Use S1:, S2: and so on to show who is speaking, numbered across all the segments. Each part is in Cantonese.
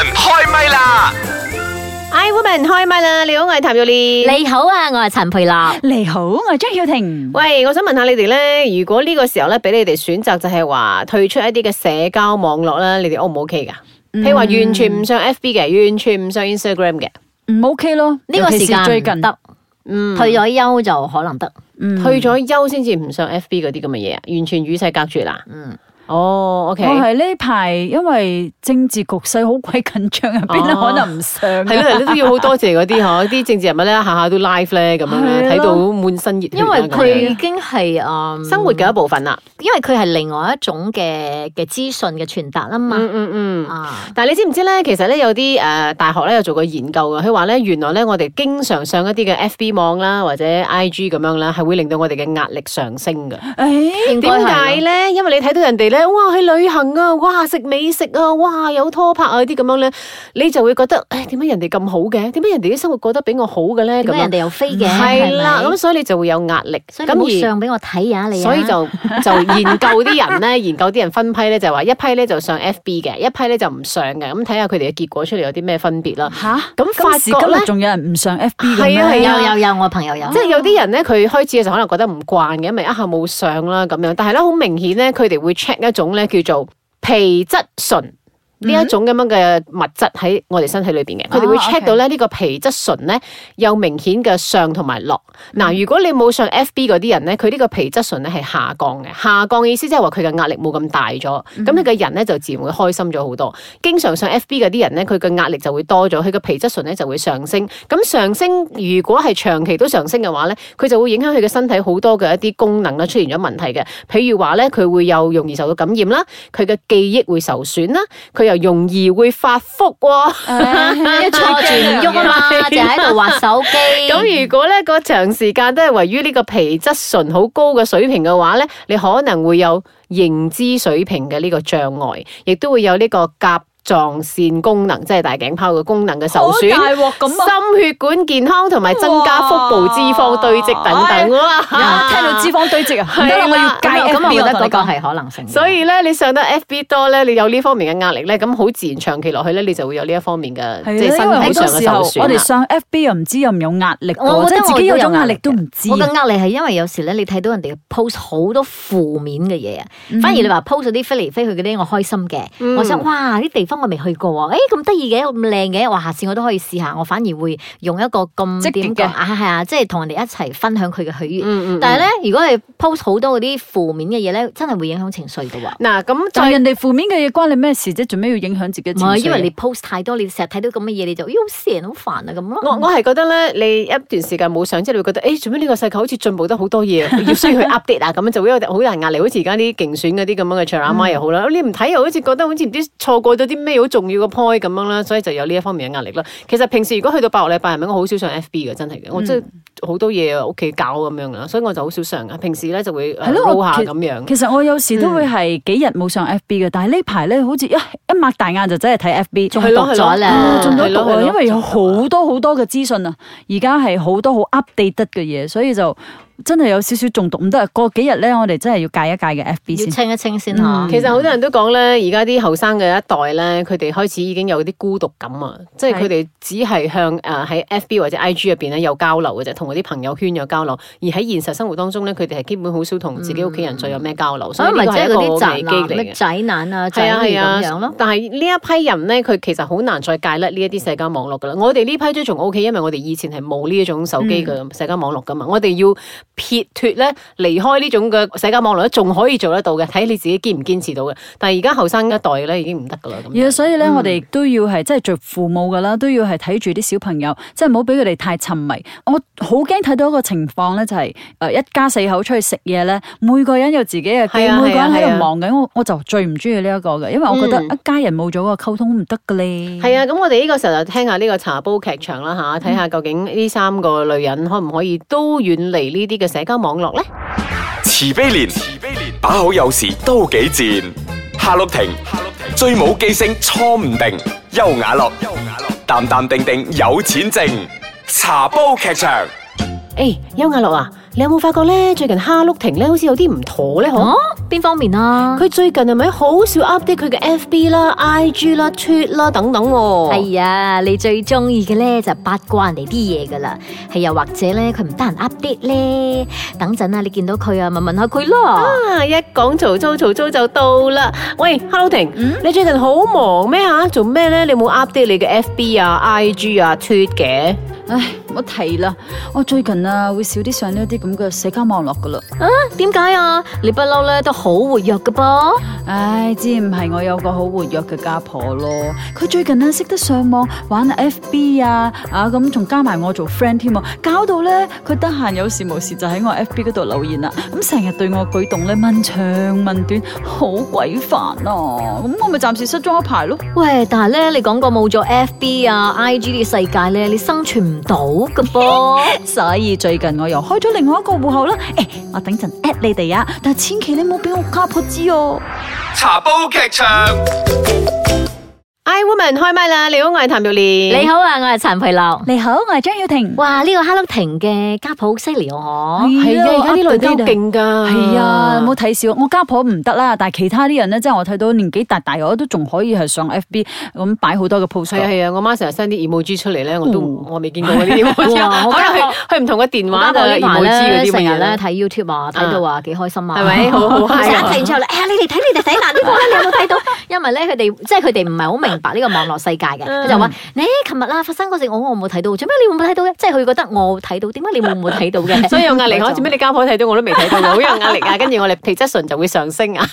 S1: 咪啦！
S2: I woman 開唛啦！你好，我係譚玉蓮。
S3: 你好啊，我係陳培樂。
S4: 你好，我係張曉婷。
S2: 喂，我想問下你哋咧，如果呢個時候咧，俾你哋選擇就係話退出一啲嘅社交網絡啦，你哋 O 唔 O K 噶？譬如話完全唔上 F B 嘅，完全唔上 Instagram 嘅，
S4: 唔 ừ, OK 咯，
S3: 呢個
S4: 尤其
S3: 時
S4: 是
S3: 間
S4: 最近
S3: 唔得，
S2: 嗯，
S3: 退咗休就可能得。
S4: 嗯
S2: 退咗休先至唔上 F B 嗰啲咁嘅嘢啊，完全與世隔絕啦。
S3: 嗯，
S2: 哦，OK，
S4: 我係呢排因為政治局勢好鬼緊張啊，邊
S2: 哦
S4: 可能唔上啊？
S2: 係啦，你都要好多謝嗰啲嗬，啲政治人物咧下下都 live 咧咁樣咧，
S4: 係
S2: 睇
S4: 咯
S2: 到滿身熱血啊
S3: 因為
S2: 咁樣
S3: 佢已經係嗯
S2: 生活嘅一部分啦。
S3: 因為佢係另外一種嘅嘅資訊嘅傳達啊嘛。
S2: 嗯嗯嗯。
S3: 啊，
S2: 但係你知唔知咧？其實咧有啲誒、呃大學咧有做過研究嘅，佢話咧原來咧我哋經常上一啲嘅 FB 網啦或者 IG 咁樣啦，係會令到我哋嘅壓力上升嘅。
S4: 誒，
S3: 應該
S2: 點解
S3: 係咯啊
S2: 咧？因為你睇到人哋咧，哇去旅行啊，哇食美食啊，哇有拖拍啊啲咁樣咧，你就會覺得誒點解人哋咁好嘅？點解人哋啲生活過得比我好嘅咧？
S3: 點
S2: 咁
S3: 解人
S2: 樣
S3: 哋又飛嘅？
S2: 係啦，
S3: 係咪
S2: 咁所以你就會有壓力。
S3: 所以你冇
S2: 咁而
S3: 相俾我睇下你啊。
S2: 所以就就研究啲人 咧，研究啲人分批咧，就話一批咧就上 FB 嘅，一批咧就唔上嘅，咁睇下佢哋嘅結果出嚟有啲咩分別啦。
S4: 吓
S2: 咁發
S4: 今時
S2: 覺
S4: 今
S2: 咧
S4: 日，仲有人唔上 FB 嘅
S2: 係
S4: 咩？
S2: 啊係啊
S3: 有有有，我朋友有
S2: 即。係有啲人咧，佢開始嘅時候可能覺得唔慣嘅，因為一下冇上啦咁樣，但係咧好明顯咧，佢哋會 check 一種咧叫做皮質醇。呢一種咁樣嘅物質喺我哋身體裏邊嘅，佢哋會
S4: 哦
S2: check
S4: ，OK
S2: 到咧呢個皮質醇咧有明顯嘅上同埋落。嗱，如果你冇上 FB 嗰啲人咧，佢呢個皮質醇咧係下降嘅，下降嘅意思即係話佢嘅壓力冇咁大咗，咁你嘅人咧就自然會開心咗好多。經常上 FB 嗰啲人咧，佢嘅壓力就會多咗，佢嘅皮質醇咧就會上升。咁上升如果係長期都上升嘅話咧，佢就會影響佢嘅身體好多嘅一啲功能咧出現咗問題嘅。譬如話咧，佢會有容易受到感染啦，佢嘅記憶會受損啦，佢又容易會發福喎、
S4: Ờ。
S3: 一 坐住唔喐 啊嘛，就喺度滑手機。
S4: 嗯
S2: 咁如果咧個長時間都係位於呢個皮質醇好高嘅水平嘅話咧，你可能會有認知水平嘅呢個障礙，亦都會有呢個甲狀腺功能，即係大頸泡嘅功能嘅受損。
S4: 大鑊咁 à. 啊！
S2: 心血管健康同埋增加腹部脂肪堆積等等
S4: 啊
S2: 啦，
S4: 聽到脂肪堆積啊，唔得啦，
S2: 係
S4: 我要
S2: 啦
S4: 戒
S3: 咁咁
S4: FB
S3: 我覺
S4: 啦
S3: 得
S4: 同你
S3: 嗰個
S4: 講
S3: 係可能性嘅。
S2: 所以咧，你上得 FB 多咧，你有呢方面嘅壓力咧，咁好自然長期落去咧，你就會有呢一方面嘅
S4: 係啊，
S2: 即係
S4: 因為好
S2: 身體上
S4: 多
S2: 嘅
S4: 時
S2: 受
S4: 候
S2: 損啊
S4: 我哋
S2: 啦。
S4: 上 FB 又唔知有唔有壓力
S3: 我
S4: 喎，
S3: 覺
S4: 即
S3: 得
S4: 係自己
S3: 我
S4: 有
S3: 都有
S4: 咗壓
S3: 壓
S4: 力
S3: 力
S4: 都唔知
S3: 我
S4: 啊。
S3: 嘅壓力係因為有時咧，你睇到人哋 post 好多負面嘅嘢啊，反而你話 post 嗰啲飛嚟飛去嗰啲，我開心嘅，
S2: 嗯
S3: 我想哇啲地方我未去過啊，誒咁得意嘅，咁靚嘅，哇下次我都可以試下，我反而會用一個咁
S4: 積極
S3: 點講
S4: 嘅
S3: 啊係啊，即係同人哋一齊分享佢嘅喜悦。
S2: 嗯嗯嗯
S3: 但係咧，如果係 post 好多嗰啲負面嘅嘢咧，真係會影響情緒嘅喎。
S2: 嗱，咁
S4: 但係
S2: 再
S4: 人哋負面嘅嘢關你咩事啫？做咩要影響自己
S3: 唔
S4: 情緒啊？
S3: 係，因為你 post 太多，你成日睇到咁嘅嘢，你就咦好煩好煩啊咁咯。
S2: 我我係覺得咧，你一段時間冇上，即係你會覺得，誒做咩呢個世界好似進步得好多嘢， 要需要去 update 啊，咁樣就會有好大壓力。好似而家啲競選嗰啲咁樣嘅
S4: 嗯
S2: drama 又好啦，你唔睇又好似覺得好似唔知錯過咗啲咩好重要嘅 point 咁樣啦，所以就有呢一方面嘅壓力啦。其實平時如果去到八個禮拜，係咪我好少上 FB 嘅？真
S4: 嗯
S2: 係嘅，我真係好多嘢屋企搞咁樣啦，所以我就好少上啊嘅。平時咧就會誒
S4: 係咯
S2: 撈
S4: 我
S2: 下
S4: 其
S2: 咁樣。
S4: 其實我有時都會
S2: 嗯
S4: 係幾日冇上 FB 嘅，但係呢排咧好似一一擘大眼就真係睇 FB。
S2: 咯
S3: 係中毒咗啦
S2: 係咯
S4: 中
S2: 係
S4: 咗
S2: 咯
S4: 毒啊！
S2: 係咯
S4: 因為有好多好多嘅資訊啊，而家係好多好 update 得嘅嘢，所以就真係有少少中毒。唔得啊！過幾日咧，我哋真係要戒一戒嘅 FB
S3: 要
S4: 先。
S3: 清一清先啊
S2: 嗯
S3: 嚇。
S2: 其實好多人都講咧，而家啲後生嘅一代咧，佢哋開始已經有啲孤獨感啊，即係
S4: 係
S2: 佢哋只係向誒喺 FB 或者 IG 入邊咧有交流嘅啫，同嗰啲朋友圈有交流，而喺現實生活當中咧，佢哋係基本好少同自己屋企人再有咩交流，所
S3: 所
S2: 以
S3: 以啊咪
S2: 呢個
S3: 即
S2: 係
S3: 係
S2: 一個
S3: 嗰
S2: 危機
S3: 啲宅男
S2: 嚟
S3: 咩
S2: 嘅。
S3: 仔男啊、仔
S2: 係啊
S3: 女
S2: 係啊
S3: 咁樣咯，。
S2: 但係呢一批人咧，佢其實好難再戒甩呢一啲社交網絡噶啦。我哋呢批都仲 O K，因為我哋以前係冇呢一種手機嘅社交網絡噶嘛。我哋要撇脱咧，離開呢種嘅社交網絡咧，仲可以做得到嘅，睇你自己堅唔堅持到嘅。但係而家後生一代咧已經唔得噶啦咁嗯
S4: 而
S2: 樣。
S4: 所以咧，我哋都要係即係做父母噶啦，都要係睇住啲小朋友，即係唔好俾佢哋太沉迷。我好驚睇到一個情況咧，就係、呃一家四口出去食嘢咧，每個人有自己嘅機，
S2: 係啊
S4: 每個人
S2: 係啊
S4: 喺
S2: 係啊
S4: 度忙緊，我我就最唔中意呢一個嘅，因為我覺得
S2: 嗯
S4: 一家人冇咗個溝通唔得嘅咧。
S2: 係啊，咁我哋呢個時候就聽下呢個茶煲劇場啦吓，睇下究竟呢三個女人可唔可以都遠離呢啲嘅社交網絡咧？
S1: 慈悲蓮，慈悲蓮，把口有時都幾賤。夏綠庭，夏綠庭，最冇記性錯唔定。優雅樂，優雅樂，淡淡定定有錢剩。茶煲劇場，
S2: 誒，邱亞樂啊，你有冇發覺咧最近哈碌婷咧好似有啲唔妥咧？嗬？
S3: 哦，邊方面啦、
S2: 佢最近係咪好少 update 佢嘅 FB 啦、IG 啦、Tweet 啦等等喎？
S3: 哎呀，你最中意嘅咧就八卦人哋啲嘢噶啦，係又或者咧佢唔得閒 update 咧，等陣啊你見到佢啊咪問下佢咯。
S2: 啊！一講曹操，曹操就到啦。喂，Hello 婷，你最近好忙咩啊？做咩咧？你冇 update 你嘅 FB 啊、IG 啊、Tweet 嘅？
S4: 唉，我提啦，我最近啊會少啲上呢一啲咁嘅社交網絡噶啦。
S3: 點解啊？你不嬲咧都好活躍噶噃。
S4: 唉，知唔係我有個好活躍嘅家婆咯，佢最近咧識得上網玩 FB 啊，啊咁仲加埋我做 friend 添啊，搞到咧佢得閒有事無事就喺我 FB 嗰度留言啦，咁成日對我舉動咧問長問短，好鬼煩啊！咁我咪暫時失蹤一排咯。
S3: 喂，但係咧你講過冇咗 FB 啊、IG 啲世界咧，你生存唔到噶噃。
S4: 所以最近我又開咗另外一個戶口啦，誒、我等陣 at 你哋啊，但係千祈你冇俾我家婆知哦。
S1: 茶煲劇場。
S2: I woman 開麥啦！你好，我係譚玉蓮。
S3: 你好啊，我係陳培樂。
S4: 你好，我係張曉婷。
S3: 哇！呢、個 Hello 婷嘅家譜好犀利哦，
S2: 係啊，而家啲女都好勁噶。
S4: 系啊，唔好睇小我家婆唔得啦，但系其他啲人咧，即系我睇到年紀大大我都仲可以係上 FB 咁擺好多嘅 post
S2: 係啊
S4: 㗎。
S2: 係啊，我媽成日 send 啲 emoji 出嚟咧，我都
S4: 哦
S2: 我未見過嗰啲 emoji，
S3: 哇我
S2: 可能
S3: 家
S2: 係佢唔同嘅電
S3: 我
S2: 話就
S3: 家婆呢排
S2: emoji 嗰
S3: 咧
S2: 啲
S3: 成日
S2: 乜
S3: 咧
S2: 嘢，
S3: 睇 YouTube 啊，睇到啊幾開心啊，
S2: 係咪 好好 high 啊
S3: 咁停之後咧，哎呀你哋睇你哋睇嗱呢個咧，你有冇睇到？ 因為咧佢哋即係佢哋唔係好明白呢個網絡世界嘅，
S2: 嗯
S3: 佢就話：你琴日啊發生嗰事，我我冇睇到，做咩你會唔會睇到嘅？即係佢覺得我睇到，點解你會唔會睇到 嘅？
S2: 所以有 壓力。
S3: 嗰
S2: 我
S3: 種
S2: 做咩你家婆睇到我都未睇 到，我好有壓力啊！跟住我哋皮質醇就會上升啊。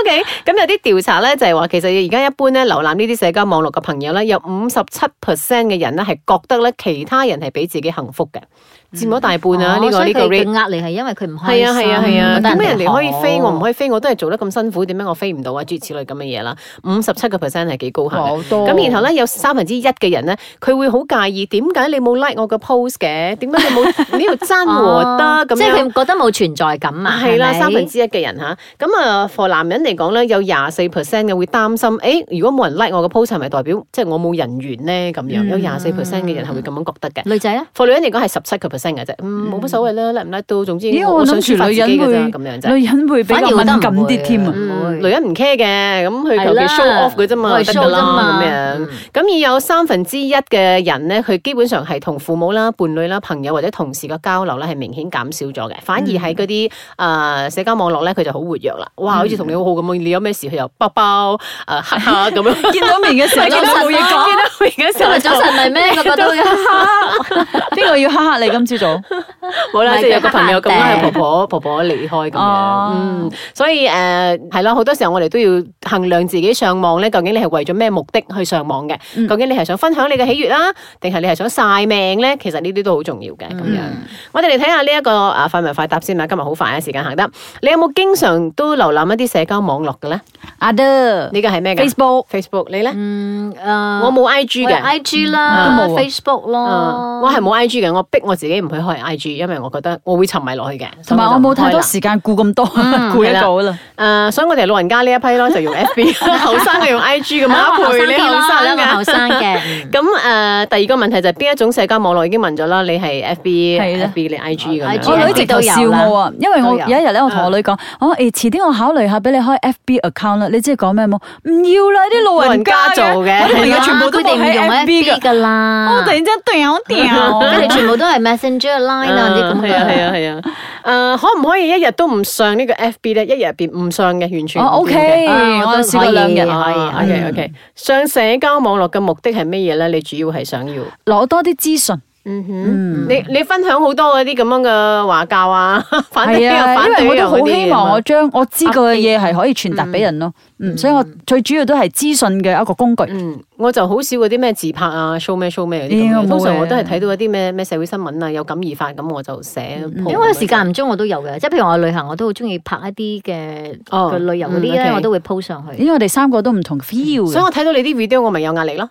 S2: OK，咁有啲調查咧就係話，其實而家一般咧瀏覽呢啲社交網絡嘅朋友咧，有五十七 percent 嘅人咧係覺得咧其他人係比自己幸福嘅，佔咗大半啊！
S3: 哦
S2: 呢個
S3: 所
S2: 呢
S3: 以
S2: 個
S3: 佢
S2: rate
S3: 嘅壓力係因為佢唔開
S2: 係
S3: 心，
S2: 啊係啊係啊！
S3: 覺得
S2: 點解人哋可以飛，我唔
S3: 以？
S2: 可以飛？我都係做得咁辛苦，點解我飛唔
S3: 嗯
S2: 到啊？諸如此類咁嘅嘢啦，五十七個 percent 係幾高下嘅。
S4: 多
S2: 咁然後咧，有三分之一嘅人咧，佢會好介意點解你冇 like 我嘅 post 嘅？點解你 冇呢度爭和
S3: 哦
S2: 得咁
S3: 即係佢
S2: 樣？
S3: 覺得冇存在感啊，
S2: 係啦，
S3: 咪
S2: 三分之一嘅人吓，咁啊，for 男人嚟講咧，有廿四 percent 嘅會擔心，誒，如果冇人 like 我嘅 post 係咪代表即係我冇人緣咧？咁樣有廿四 percent 嘅人係會咁樣覺得嘅。
S3: 女仔咧。
S2: for 女人嚟講係十七個 percent 嘅啫，嗯，冇乜所謂啦，like 唔 like 到，總之
S4: 咦，
S2: 我
S4: 我
S2: 想
S4: 諗
S2: 抒發
S4: 住
S2: 自己
S4: 女人
S2: 嘅
S4: 會
S2: 啫，咁樣啫。
S4: 女人會比較
S3: 反而
S4: 敏
S3: 我覺得唔
S4: 感啲添啊
S3: 會。
S2: 嗯
S3: 唔
S2: 女
S3: 會
S2: 人唔 care 嘅，咁佢
S3: 係
S2: 求
S3: 啦
S2: 其 show off 嘅啫嘛，
S3: 我係
S2: 得
S3: show
S2: 㗎
S3: 啫
S2: 啦
S3: 嘛
S2: 咁樣
S3: 嗯。
S2: 咁而有三分之一嘅人咧，佢基本上係同父母啦、伴侶啦、朋友或者同事嘅交流咧，係明顯減少咗嘅。反而喺嗰啲誒社交網絡咧，佢就好活躍啦。哇，好似同你好好咁，你有咩事佢又包包誒黑黑咁樣。
S4: 見到面嘅時候
S2: 見到
S4: 都冇嘢
S2: 講
S4: 講，
S2: 見到面嘅時
S3: 今
S2: 候
S3: 日早晨咪咩？個 個都要
S4: 邊個要嚇嚇你今朝早？
S2: 冇啦，
S3: 唔係
S2: 即係有個
S3: 佢
S2: 朋友咁
S3: 黑
S2: 啦，
S3: 眼
S2: 係
S3: 病
S2: 婆婆 婆婆離開咁樣，
S4: 哦
S2: 嗯，所以誒係啦，好多時候我哋都要衡量自己上網咧，究竟你係為咗咩目的去上網嘅？
S4: 嗯
S2: 究竟你係想分享你嘅喜悅啦，定係你係想晒命咧？其實呢啲都好重要嘅咁樣。我哋嚟睇下呢一個啊快問快答先啦，今日好快啊，時間行得。你有冇經常都瀏覽一啲社交網絡嘅咧？
S4: 阿德
S2: 呢個係咩㗎
S4: ，Facebook
S2: ？Facebook 你咧？
S3: 嗯誒，
S2: 我冇 IG 嘅。
S3: I G 啊
S4: 嗯
S3: 啦
S4: 都冇啊
S3: ，Facebook 咯，
S2: 嗯，我係冇 I G 嘅，我逼我自己唔去開 I G，因為我覺得我會沉迷落去嘅。
S4: 同
S2: 所
S4: 埋
S2: 以
S4: 我
S2: 就唔
S4: 冇太
S2: 開
S4: 多
S2: 啦嗯
S4: 時間顧咁多， 顧一個啦。
S2: 誒、呃所以我哋老人家呢一批咯，就用 FB，後生就用 IG 咁
S3: 啊
S2: 樣
S3: 我後
S2: 陪
S3: 生
S2: 你
S3: 啲
S2: 後
S3: 啦，
S2: 生
S3: 兩個後
S2: 嘅。
S3: 生嘅。
S2: 咁誒、呃第二個問題就係邊一種社交網絡已經問咗啦，你係 FB、
S4: 係啦
S2: FB 你 IG 咁
S3: IG
S4: 我
S2: 樣。
S4: 女直頭笑我啊，因為我有一日
S2: 嗯
S4: 咧，我同我女講，我誒遲啲我考慮下俾你開 FB account 啦，你知係講咩冇？唔要啦，啲老人家嘅
S2: 老人家
S4: 我
S2: 做嘅啊
S4: 啲朋友全部都
S3: 佢哋唔
S4: 冇喺
S3: 用
S4: FB
S3: FB
S4: 嘅，
S3: 噶
S2: 哦
S3: 啦，哦
S4: 我突然之間掉
S3: 佢
S4: 掉。
S3: 哋全部都係 Messenger、Line 啊啲咁
S2: 嗯係啊係
S3: 嘅。
S2: 啊係啊！誒、可唔可以一日都唔上呢個 FB 咧？一日入邊唔上嘅，完全
S4: 哦
S2: 唔掂嘅
S4: ，OK，
S3: 啊我
S4: 我
S3: 都
S4: 試過兩
S3: 可以
S4: 日，
S2: 啊
S3: 可以
S2: ，OK OK。上社交網絡嘅目的係乜嘢咧？你主要係想要？
S4: 攞多啲資訊。
S2: 嗯
S4: 嗯
S2: 哼，你你分享好多嗰啲咁樣嘅話教啊， 反對
S4: 係
S2: 又
S4: 啊，
S2: 反
S4: 因
S2: 對
S4: 為我都
S2: 又嗰
S4: 好
S2: 啲嘢
S4: 希
S2: 嘛
S4: 望我將我知嘅嘢係可以傳達俾人咯。嗯，所以我最主要都係資訊嘅一個工具。
S2: 嗯，我就好少嗰啲咩自拍啊、show 咩 show 咩嗰啲
S4: 咦
S2: 咁
S4: 我
S2: 嘅，
S4: 冇
S2: 通常我
S4: 嘅
S2: 都係睇到一啲咩咩社會新聞啊，有感而發咁我就寫
S4: 嗯
S2: po 咁樣。
S4: 啊
S3: 因為我時間唔中我都有嘅，即係譬如我旅行，我都好中意拍一啲嘅
S2: 哦
S3: 嘅旅遊嗰啲
S2: 嗯
S3: 咧，
S2: ，OK
S3: 我都會 po 上去。
S4: 因為我哋三個都唔同 feel
S2: 所以
S4: 嘅。
S2: 我睇到你啲 video，我咪有壓力咯。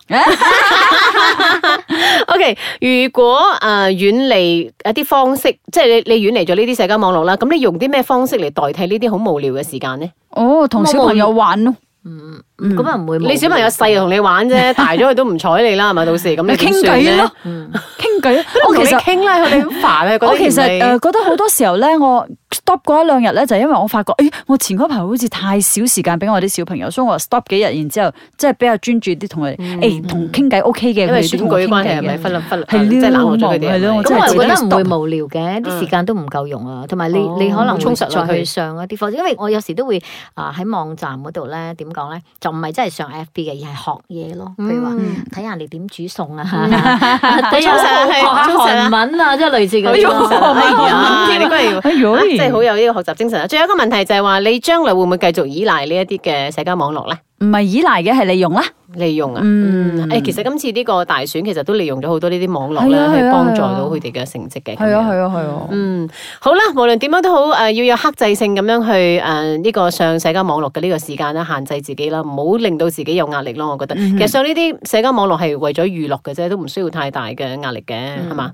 S2: OK，如果誒、呃、遠離一啲方式，即係你你遠離咗呢啲社交網絡啦，咁你用啲咩方式嚟代替呢啲好無聊嘅時間咧？
S4: 哦，同小朋友玩咯，
S3: 嗯，咁啊唔會冇嘅。
S2: 你小朋友細就同你玩 啫，大咗佢都唔睬你啦，係咪？到時咁你點
S4: 傾
S2: 算
S4: 偈
S2: 咧
S4: 咯？，傾偈咯。
S2: 我
S4: 我
S2: 其
S4: 其
S2: 實
S4: 實
S2: 傾啦，佢哋好煩啊，覺得
S4: 我其實
S2: 嫌
S4: 呃誒、
S2: 你
S4: 呃、覺得好多時候咧，我 stop 嗰一兩日咧，就因為我發覺，誒、我前嗰排好似太少時間俾我啲小朋友，所以我 stop 幾日，然之後即係比較專注啲同佢哋，誒同傾偈 OK 嘅，
S2: 嗯因為
S4: 佢哋都
S2: 選
S4: 同我
S2: 舉
S4: 傾
S2: 關係
S4: 偈
S2: 係咪
S4: 嘅。
S2: 忽略忽略，
S4: 係
S2: 即係冷落咗佢
S4: 亂忙係
S2: 哋
S4: 咯我
S2: 係
S3: 咁
S4: 真係
S2: 咪
S3: 我又
S4: 自己
S3: 覺得唔
S4: stop
S3: 會無聊嘅，啲
S2: 嗯
S3: 時間都唔夠用啊，同埋你
S2: 哦
S3: 你可能
S2: 充
S3: 會
S2: 實
S3: 再
S2: 落去
S3: 去上一啲課程，因為我有時都會啊喺網站嗰度咧點講咧，就唔係真係上 FB 嘅，而係學嘢咯，譬如話
S2: 嗯
S3: 睇人哋點煮餸 啊，睇
S2: 充實啊
S3: 學下
S2: 係充實啊
S3: 韓文啊，即係類似 嗰
S2: 好
S3: 啲
S2: 用心
S3: 咯。
S2: 啊！哎呀，你居然要
S4: 哎呦
S2: 啊即係好有呢個學習精神啊！仲有一個問題就係話，你將來會唔會繼續依賴呢一啲嘅社交網絡咧？
S4: 唔係依賴嘅，係利用啦。
S2: 利用啊，
S4: 嗯
S2: 誒，其實今次呢個大選其實都利用咗好多呢啲網絡
S4: 係啊
S2: 咧，
S4: 係
S2: 去
S4: 啊
S2: 幫助到佢哋嘅成績嘅。
S4: 係啊，係啊，係啊。
S2: 嗯，好啦，無論點樣都好，誒、呃要有克制性咁樣去呃誒呢、個上社交網絡嘅呢個時間啦，限制自己啦，唔好令到自己有壓力
S4: 嗯嗯
S2: 咯。我覺得，其實上呢啲社交網絡係為咗娛樂嘅啫，都唔需要太大嘅壓力嘅，係嘛、